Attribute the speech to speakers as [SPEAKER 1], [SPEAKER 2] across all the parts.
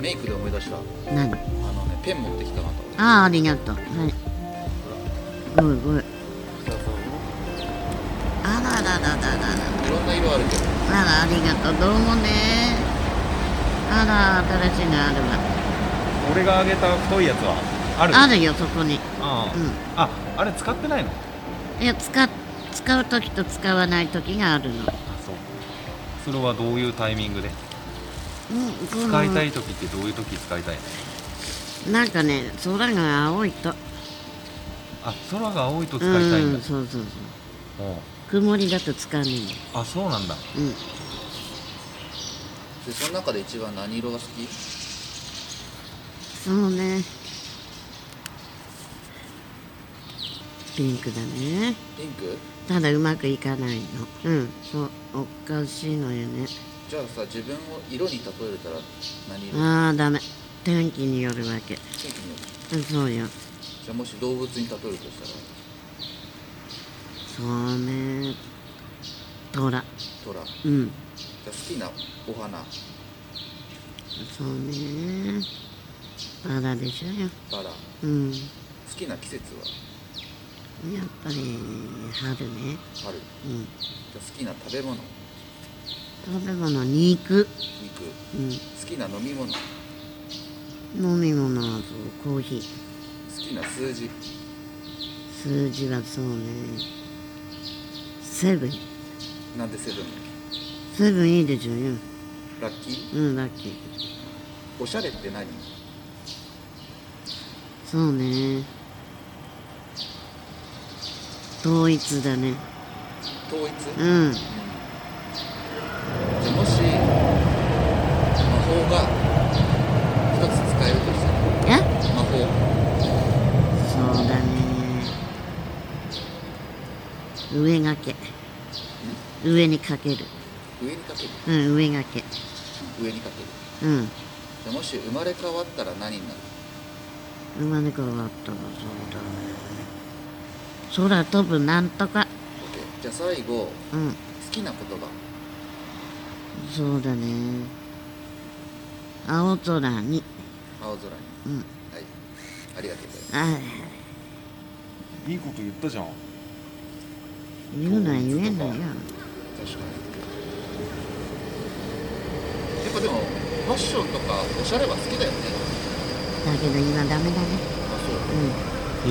[SPEAKER 1] メイクで思い出したあ
[SPEAKER 2] 何
[SPEAKER 1] のねペン持ってきたなと
[SPEAKER 2] ああありがとうはいおいおいあらららららら
[SPEAKER 1] いろんな色あるけど
[SPEAKER 2] あら、ありがとう。どうもね。あら、新しいのあるわ。
[SPEAKER 3] 俺があげた太いやつはある
[SPEAKER 2] あるよ、そこに。
[SPEAKER 3] あ
[SPEAKER 2] う
[SPEAKER 3] ああ
[SPEAKER 2] ん。
[SPEAKER 3] あれ使ってないの
[SPEAKER 2] いや、使っ、使う時と使わない時があるの。
[SPEAKER 3] あそうそれはどういうタイミングで
[SPEAKER 2] うん、その
[SPEAKER 3] 使いたい時ってどういう時使いたいの
[SPEAKER 2] なんかね、空が青いと。
[SPEAKER 3] あ空が青いと使いたいん
[SPEAKER 2] う
[SPEAKER 3] だ
[SPEAKER 2] ん、そうそうそう。
[SPEAKER 3] うん
[SPEAKER 2] 曇りだと使わないの。
[SPEAKER 3] あそうなんだ
[SPEAKER 2] うん。
[SPEAKER 1] でその中で一番何色が好き
[SPEAKER 2] そうね。ピンクだね。
[SPEAKER 1] ピンク
[SPEAKER 2] ただうまくいかないの。うん、そう、おかしいのよね。
[SPEAKER 1] じゃあさ自分を色に例えれたら何色
[SPEAKER 2] ああ、ダメ。天気によるわけ。
[SPEAKER 1] 天気による
[SPEAKER 2] うんそうよ。
[SPEAKER 1] じゃあもし動物に例えるとしたら
[SPEAKER 2] そうね。トラ。
[SPEAKER 1] 虎じ
[SPEAKER 2] う
[SPEAKER 1] ゃ
[SPEAKER 2] ん。
[SPEAKER 1] あ好きなお花
[SPEAKER 2] そうね。バラでしょよ。
[SPEAKER 1] バラ好
[SPEAKER 2] うん。
[SPEAKER 1] きな季節は
[SPEAKER 2] やっぱり、春ね。
[SPEAKER 1] 春じ
[SPEAKER 2] うん。
[SPEAKER 1] ゃあ好きな食べ物
[SPEAKER 2] 食べ物、肉。
[SPEAKER 1] 肉好
[SPEAKER 2] うん。
[SPEAKER 1] きな飲み物好
[SPEAKER 2] 飲み物はそう、コーヒー。
[SPEAKER 1] きな数字
[SPEAKER 2] 数字はそうね。セブン。
[SPEAKER 1] なんでセブン
[SPEAKER 2] セブンいいでしょよ。
[SPEAKER 1] ラッキー
[SPEAKER 2] うん、ラッキー。
[SPEAKER 1] おしゃれって何
[SPEAKER 2] そうね。統一だね。
[SPEAKER 1] 統一
[SPEAKER 2] うん。
[SPEAKER 1] じゃあもし魔法が一つ使えるとしたら
[SPEAKER 2] え
[SPEAKER 1] 魔法
[SPEAKER 2] そうだね上がけ上にかける
[SPEAKER 1] 上にかける
[SPEAKER 2] うん上がけ
[SPEAKER 1] 上にかける
[SPEAKER 2] うん
[SPEAKER 1] じゃあもし生まれ変わったら何になる
[SPEAKER 2] 生まれ変わったらそうだね空飛ぶなんとか
[SPEAKER 1] OK じゃあ最後好
[SPEAKER 2] うん
[SPEAKER 1] きな言葉
[SPEAKER 2] そうだね青空に
[SPEAKER 1] 青空に
[SPEAKER 2] うん
[SPEAKER 1] はいありがとうございま
[SPEAKER 2] あ
[SPEAKER 1] す
[SPEAKER 2] あ
[SPEAKER 3] いいこと言ったじゃん
[SPEAKER 2] 言うな言えなよ
[SPEAKER 1] 確かにやっぱでもファッションとかおしゃれは好きだよね
[SPEAKER 2] だけど今ダメだね
[SPEAKER 1] あそう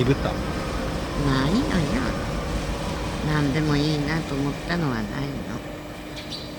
[SPEAKER 2] うん
[SPEAKER 3] 鈍った
[SPEAKER 2] ないのよ何でもいいなと思ったのはないの